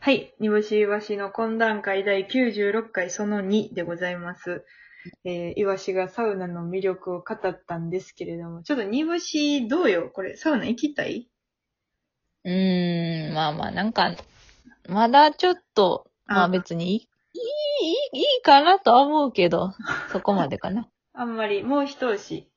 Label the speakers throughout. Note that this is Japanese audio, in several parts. Speaker 1: はい。煮干しイワシの懇談会第96回その2でございます。えー、イワシがサウナの魅力を語ったんですけれども、ちょっと煮干しどうよこれ、サウナ行きたいう
Speaker 2: ーん、まあまあ、なんか、まだちょっと、ま
Speaker 1: あ
Speaker 2: あ別にいい、いい、いいかなとは思うけど、そこまでかな。
Speaker 1: あんまり、もう一押し。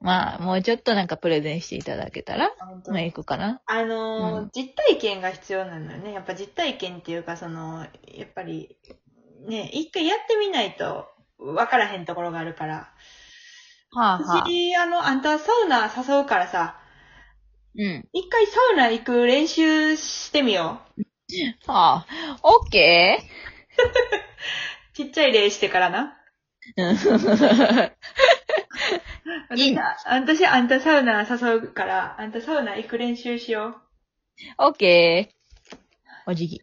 Speaker 2: まあ、もうちょっとなんかプレゼンしていただけたら、まあ行くかな。
Speaker 1: あのー
Speaker 2: うん
Speaker 1: 実体験が必要なのよね。やっぱ実体験っていうか、その、やっぱり、ね、一回やってみないと、わからへんところがあるから。
Speaker 2: はあはあ。
Speaker 1: 私、あの、あんたサウナ誘うからさ、
Speaker 2: うん。
Speaker 1: 一回サウナ行く練習してみよう。
Speaker 2: はあ。オッケー
Speaker 1: ちっちゃい例してからな。
Speaker 2: ういい
Speaker 1: な。私、あんたサウナ誘うから、あんたサウナ行く練習しよう。
Speaker 2: ん。オッケー。お辞儀。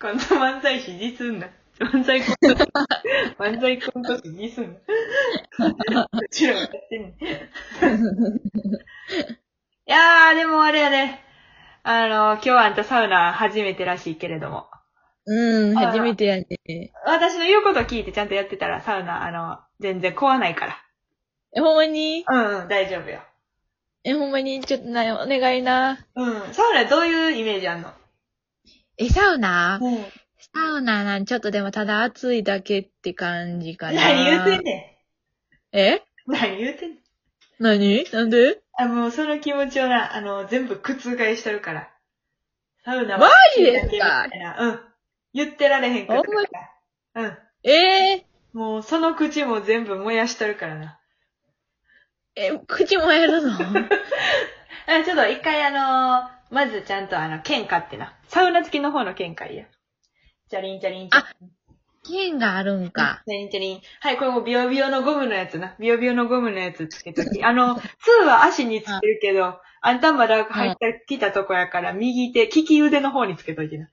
Speaker 1: この漫才師にすんな。漫才コント師。漫才コント師にすんな。うちらがやってんねん。い やー、でもあれやね。あの、今日はあんたサウナ初めてらしいけれども。
Speaker 2: うん、
Speaker 1: あら
Speaker 2: 初めてやね。
Speaker 1: 私の言うこと聞いてちゃんとやってたらサウナ、あの、全然壊ないか
Speaker 2: え、ほんまに
Speaker 1: ら。うん、うん、大丈夫よ。
Speaker 2: え、ほんまにちょっとな、お願いな。
Speaker 1: うん、サウナどういうイメージあんの
Speaker 2: え、サウナ
Speaker 1: うん。
Speaker 2: サウナなん、ちょっとでもただ暑いだけって感じかな。
Speaker 1: 何言うてんね
Speaker 2: え
Speaker 1: ん。何言うてんねん。
Speaker 2: 何なんで
Speaker 1: あ、もうその気持ちをな、あの、全部覆してるから。サウナは
Speaker 2: マジですか
Speaker 1: みたいなうん。言ってられへんくなるから。うん。
Speaker 2: えー、
Speaker 1: もうその口も全部燃やしてるからな。
Speaker 2: え、口もやるの
Speaker 1: あ、ちょっと一回あのーまずちゃんとあの、喧嘩ってな。サウナ付きの方の喧嘩や。チャリンチャリンチャリン。
Speaker 2: 剣があるんか。
Speaker 1: チャリンチャリン。はい、これもビヨビヨのゴムのやつな。ビヨビヨのゴムのやつつけとき。あの、2は足につけるけど、あんたまだ入ってきたとこやから、右手、利き腕の方につけといてな。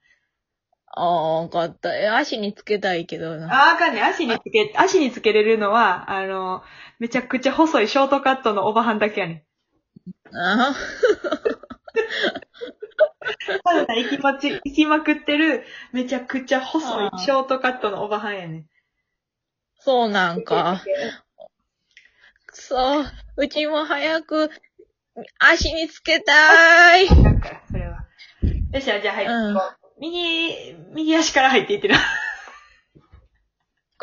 Speaker 2: ああ、わかった。え、足につけたいけどな。
Speaker 1: ああ、あかんね。足につけ、足につけれるのは、あの、めちゃくちゃ細いショートカットのおばはんだけやねん。
Speaker 2: あ
Speaker 1: サウナ行きまち、行きまくってる、めちゃくちゃ細い
Speaker 2: あー
Speaker 1: ショートカットのおばはんやねん。
Speaker 2: そうなんか。くそ、うちも早く、足につけたーい。
Speaker 1: だから、それは。よっしゃ、じゃあ入っていこう
Speaker 2: うん
Speaker 1: 右、右足から入っていってな。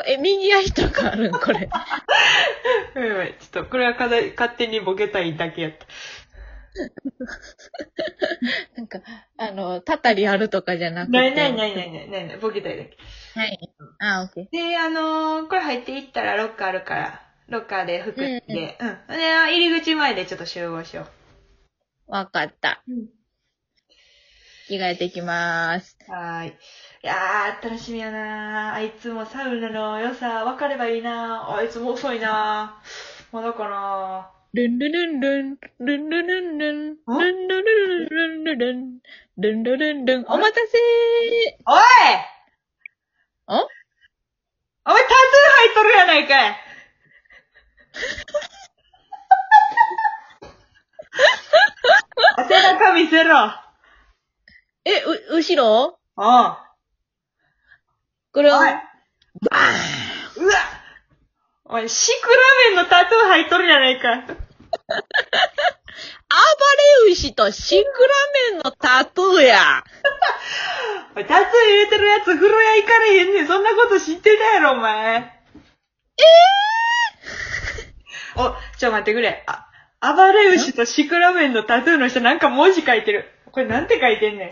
Speaker 2: え、右足とかあるんこれ。
Speaker 1: うんうんちょっと、これはかだ勝手にボケたいだけやった。
Speaker 2: なんか、あの、たたりあるとかじゃなくて。
Speaker 1: ないないないないないないない、ボケたいだけ。
Speaker 2: はい。あ、オッケー。
Speaker 1: で、あのーこれ入っていったらロッカーあるから、ロッカーで服着て、うん、で、入り口前でちょっと集合しよ
Speaker 2: わかった。
Speaker 1: う。
Speaker 2: 着替えてきまーす。
Speaker 1: はーい。いやー、楽しみやなー。あいつもサウナの良さ分かればいいなー。あいつも遅いなー。まだかな
Speaker 2: ルンルルンルン、ルンルルンルン、ルンルルルンルンルン、ルンルルンルン、お待たせー
Speaker 1: ー。おいお
Speaker 2: ん
Speaker 1: 前タトゥー入っとるやないかい背中見せろ。
Speaker 2: え、う、後ろ
Speaker 1: おう。
Speaker 2: これを、
Speaker 1: おい
Speaker 2: バーン
Speaker 1: うわおい、シクラメンのタトゥー入っとるやないか。
Speaker 2: 暴れ牛とシクラメンのタトゥーや
Speaker 1: おい、タトゥー入れてるやつ風呂屋行かれへんねん。そんなこと知ってたやろ、お前。ええお、ちょ、待ってくれ。あ、暴れ牛とシクラメンのタトゥーの下なんか文字書いてる。これなんて書いてんねん。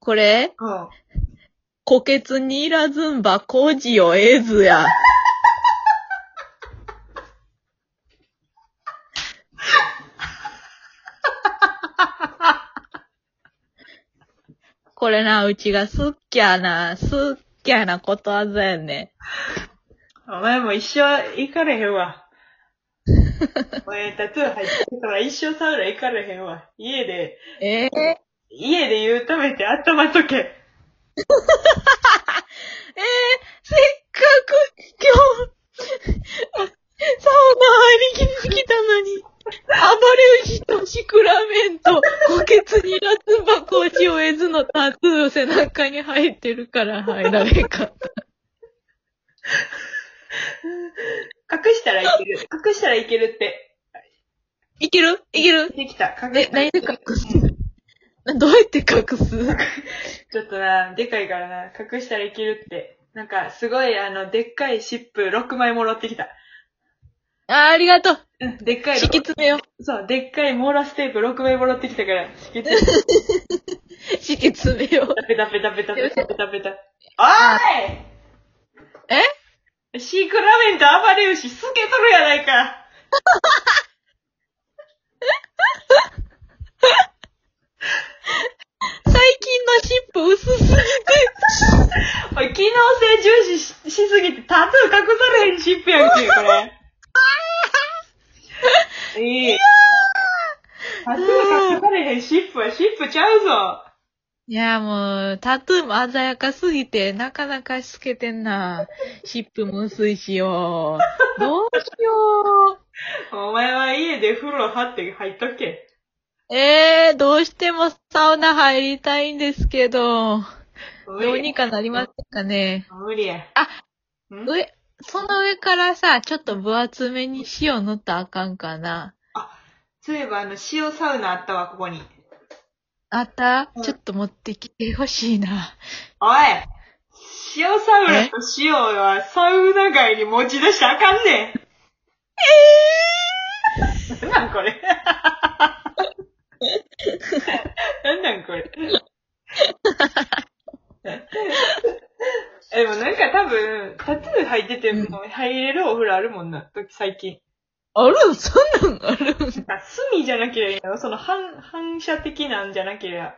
Speaker 2: これ、
Speaker 1: うん。
Speaker 2: 虎血にいらずんば工事を得ずや。これな、うちがすっきゃな、すっきゃなことわざやね。
Speaker 1: お前も一生行かれへんわ。お前タトゥー入ってるから一生サウナ行かれへんわ。家で、
Speaker 2: ええ
Speaker 1: 家で言うためて温まっとけ。
Speaker 2: えー、せっかく今日、サウナ入りきに来たのに、暴れ牛とシクラメンと、補欠にいら生えてるから入られんかった。
Speaker 1: 隠したらいける。隠したらいけるって。
Speaker 2: いけるいける
Speaker 1: できた。隠
Speaker 2: え、
Speaker 1: したら
Speaker 2: 何
Speaker 1: い
Speaker 2: で
Speaker 1: ける
Speaker 2: 隠すなどうやって隠す
Speaker 1: ちょっとな、でかいからな、隠したらいけるって。なんか、すごい、あの、でっかいシップ6枚もらってきた。
Speaker 2: あー、ありがとう。
Speaker 1: うん、でっかい
Speaker 2: 敷き詰めよう。
Speaker 1: そう、でっかいモーラステープ6枚もらってきたから、敷き詰め
Speaker 2: 敷き詰めよう。
Speaker 1: ペタペタペタペタペタペタ。おーいシークラメンとアバレウシ、透けとるやないか。
Speaker 2: 最近のシップ薄すぎて、
Speaker 1: おい、機能性重視ししすぎて、タトゥー隠されへんシップやんけ、こ れ。いい。タトゥー隠されへんシップはシップちゃうぞ。
Speaker 2: いや、もう、タトゥーも鮮やかすぎて、なかなか透けてん な。シップも薄いしよう。どうしよ
Speaker 1: お前は家で風呂張って入っとけ。
Speaker 2: う。えー、どうしてもサウナ入りたいんですけど、
Speaker 1: 無
Speaker 2: どうに
Speaker 1: 理。
Speaker 2: かなりませんかね。
Speaker 1: 無理や。
Speaker 2: あ
Speaker 1: ん
Speaker 2: 上、その上からさ、ちょっと分厚めに塩塗ったらあかんかな。
Speaker 1: そういえば、あの、塩サウナあったわ、ここに。
Speaker 2: あった、
Speaker 1: うん
Speaker 2: ちょっと持ってきてほしいな。
Speaker 1: おい塩サウナ
Speaker 2: え
Speaker 1: と塩はサウナ街に持ち出したらあかんねんえなんなんこれなんなんこれえ、でもなんか多分、タトゥー入ってても入れるお風呂あるもんな、時最近。
Speaker 2: あるそんなんある
Speaker 1: あ、炭じゃなければいいのその反、反射的なんじゃなければ。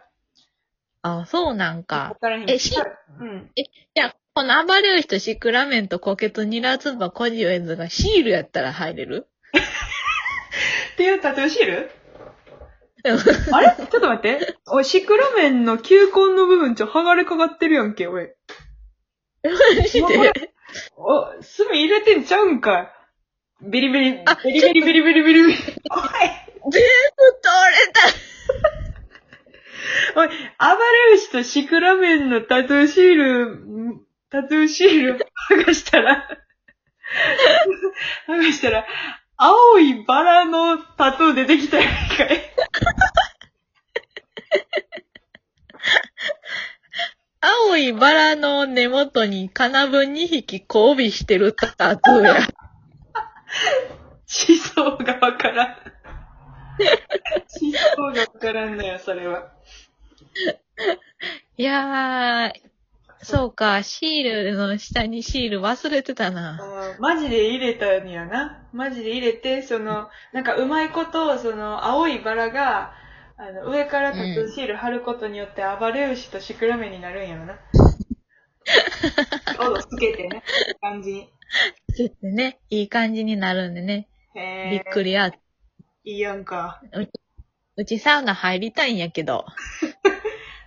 Speaker 2: あ、そうなんか
Speaker 1: わ。からへん。
Speaker 2: え
Speaker 1: しうん。
Speaker 2: じゃあ、この暴れ牛とシクラメンとコケとニラツバコジオエンズがシールやったら入れ る
Speaker 1: っていうタトゥーシール
Speaker 2: うん
Speaker 1: あれちょっと待って。おい、シクラメンの球根の部分ちょ、剥がれかかってるやんけ、おい。
Speaker 2: して。
Speaker 1: お、炭入れてんちゃうんかい。ビリビリ、ビリビリビリビリビリビリ。
Speaker 2: 全部取れ
Speaker 1: おい、おい、暴れ牛とシクラメンのタトゥーシール、んタトゥーシール剥がしたら、 剥がしたら、青いバラのタトゥー出てきたやんかい。
Speaker 2: た青いバラの根元に金分2匹交尾してるタトゥーや。
Speaker 1: 思想がわからん。思想がわからんのよ、それは。
Speaker 2: いやー、そうか、シールの下にシール忘れてたな。
Speaker 1: あーマジで入れたんやな。マジで入れて、その、なんかうまいこと、その、青いバラが、あの、上からタトゥーシール貼ることによって、暴れ牛とシクラメンになるんやろな。 おろつけてね、いい感じに。
Speaker 2: ちょっとね、いい感じになるんでね。
Speaker 1: へー
Speaker 2: びっくりや。
Speaker 1: いいやんか。
Speaker 2: うちサウナ入りたいんやけど。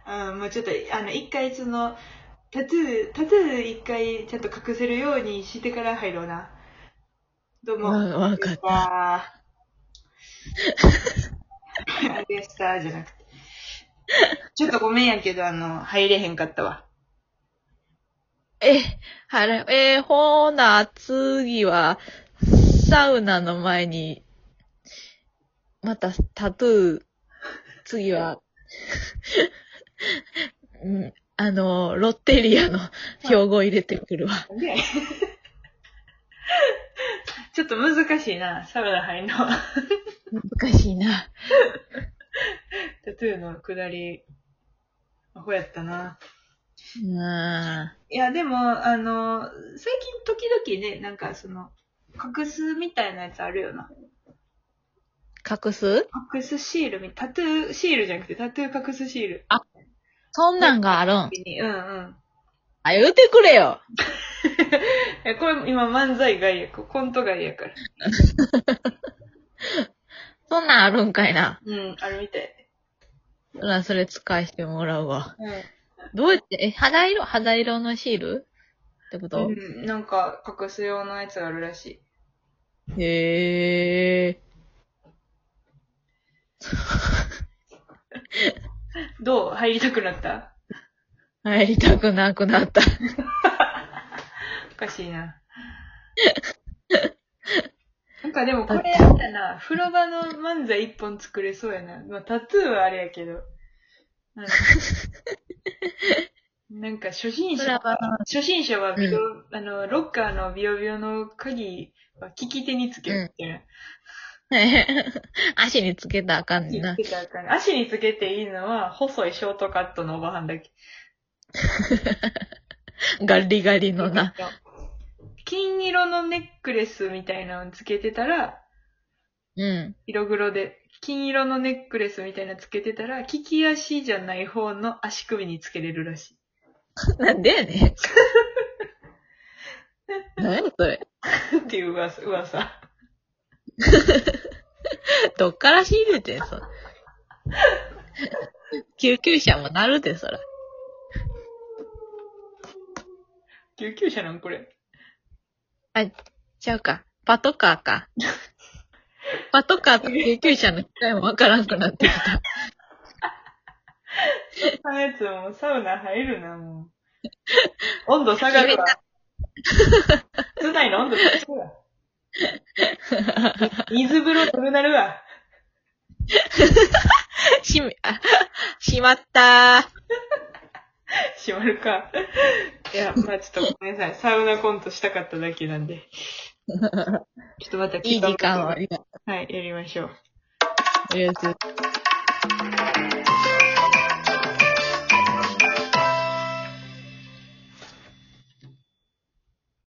Speaker 1: うん、もうちょっと、あの、一回その、タトゥー、タトゥー一回ちゃんと隠せるようにしてから入ろうな。どうも。
Speaker 2: わ、わかった。
Speaker 1: あーあれしたじゃなくて。ちょっとごめんやけど、あの、入れへんかったわ。
Speaker 2: え、はれ、えーほーな、次は、サウナの前に、またタトゥー、次は、 うんあの、ロッテリアの標語入れてくるわ。
Speaker 1: でちょっと難しいな、サウナ入んの。タ
Speaker 2: 難しいな。
Speaker 1: トゥーのくだり、アホやったな。
Speaker 2: うーん。
Speaker 1: いや、でも、あの、最近時々ね、なんかその、隠すみたいなやつあるよな。
Speaker 2: 隠す
Speaker 1: 隠すシールみ、タトゥーシールじゃなくて、タトゥー隠すシール。
Speaker 2: そんなんがある
Speaker 1: う
Speaker 2: ん。
Speaker 1: んうん。
Speaker 2: あ、言うてくれよ。
Speaker 1: え、これ今漫才外や、コント外やから。
Speaker 2: そんなんあるんかいな。
Speaker 1: うん、あるみたい。
Speaker 2: ほら、それ使いしてもらうわ。
Speaker 1: うん。
Speaker 2: どうやって、え、肌色肌色のシールってこと、
Speaker 1: うん、なんか、隠す用のやつがあるらしい。
Speaker 2: へえ。
Speaker 1: どう入りたくなった
Speaker 2: 入りたくなくなった。
Speaker 1: おかしいな。 なんかでもこれあったな、風呂場の漫才一本作れそうやな。まあタトゥーはあれやけど。なん かなんか初心者、 初心者はビヨ、あの、ロッカーのビヨビヨの鍵は利き手につけるっていう。
Speaker 2: 足につけたらあかんねんな
Speaker 1: 足。につけたらあかん足につけていいのは細いショートカットのおばはんだけ。
Speaker 2: ガリガリのな。
Speaker 1: 金色のネックレスみたいなのつけてたら、
Speaker 2: うん。
Speaker 1: 色黒で、金色のネックレスみたいなのつけてたら、利き足じゃない方の足首につけれるらしい。
Speaker 2: なんでやねん。何やそれ。
Speaker 1: っていう噂、噂。
Speaker 2: どっから仕入れてん、それ。救急車もなるで、そら。
Speaker 1: 救急車なんこれ。
Speaker 2: ちゃうか。パトカーか。パトカーと救急車の機会もわからんくなってきた。
Speaker 1: あのやつもうサウナ入るな、も う。温度下がるわ。 室内の温度下がる わ。水風呂なくなるわ。
Speaker 2: しめ、あ、しまった
Speaker 1: 閉まるか。いや、まあちょっとごめんなさい。サウナコントしたかっただけなんで。
Speaker 2: ー。
Speaker 1: ちょっとまた
Speaker 2: いい時間をありがと
Speaker 1: はい、やりましょう。
Speaker 2: う。とりあえず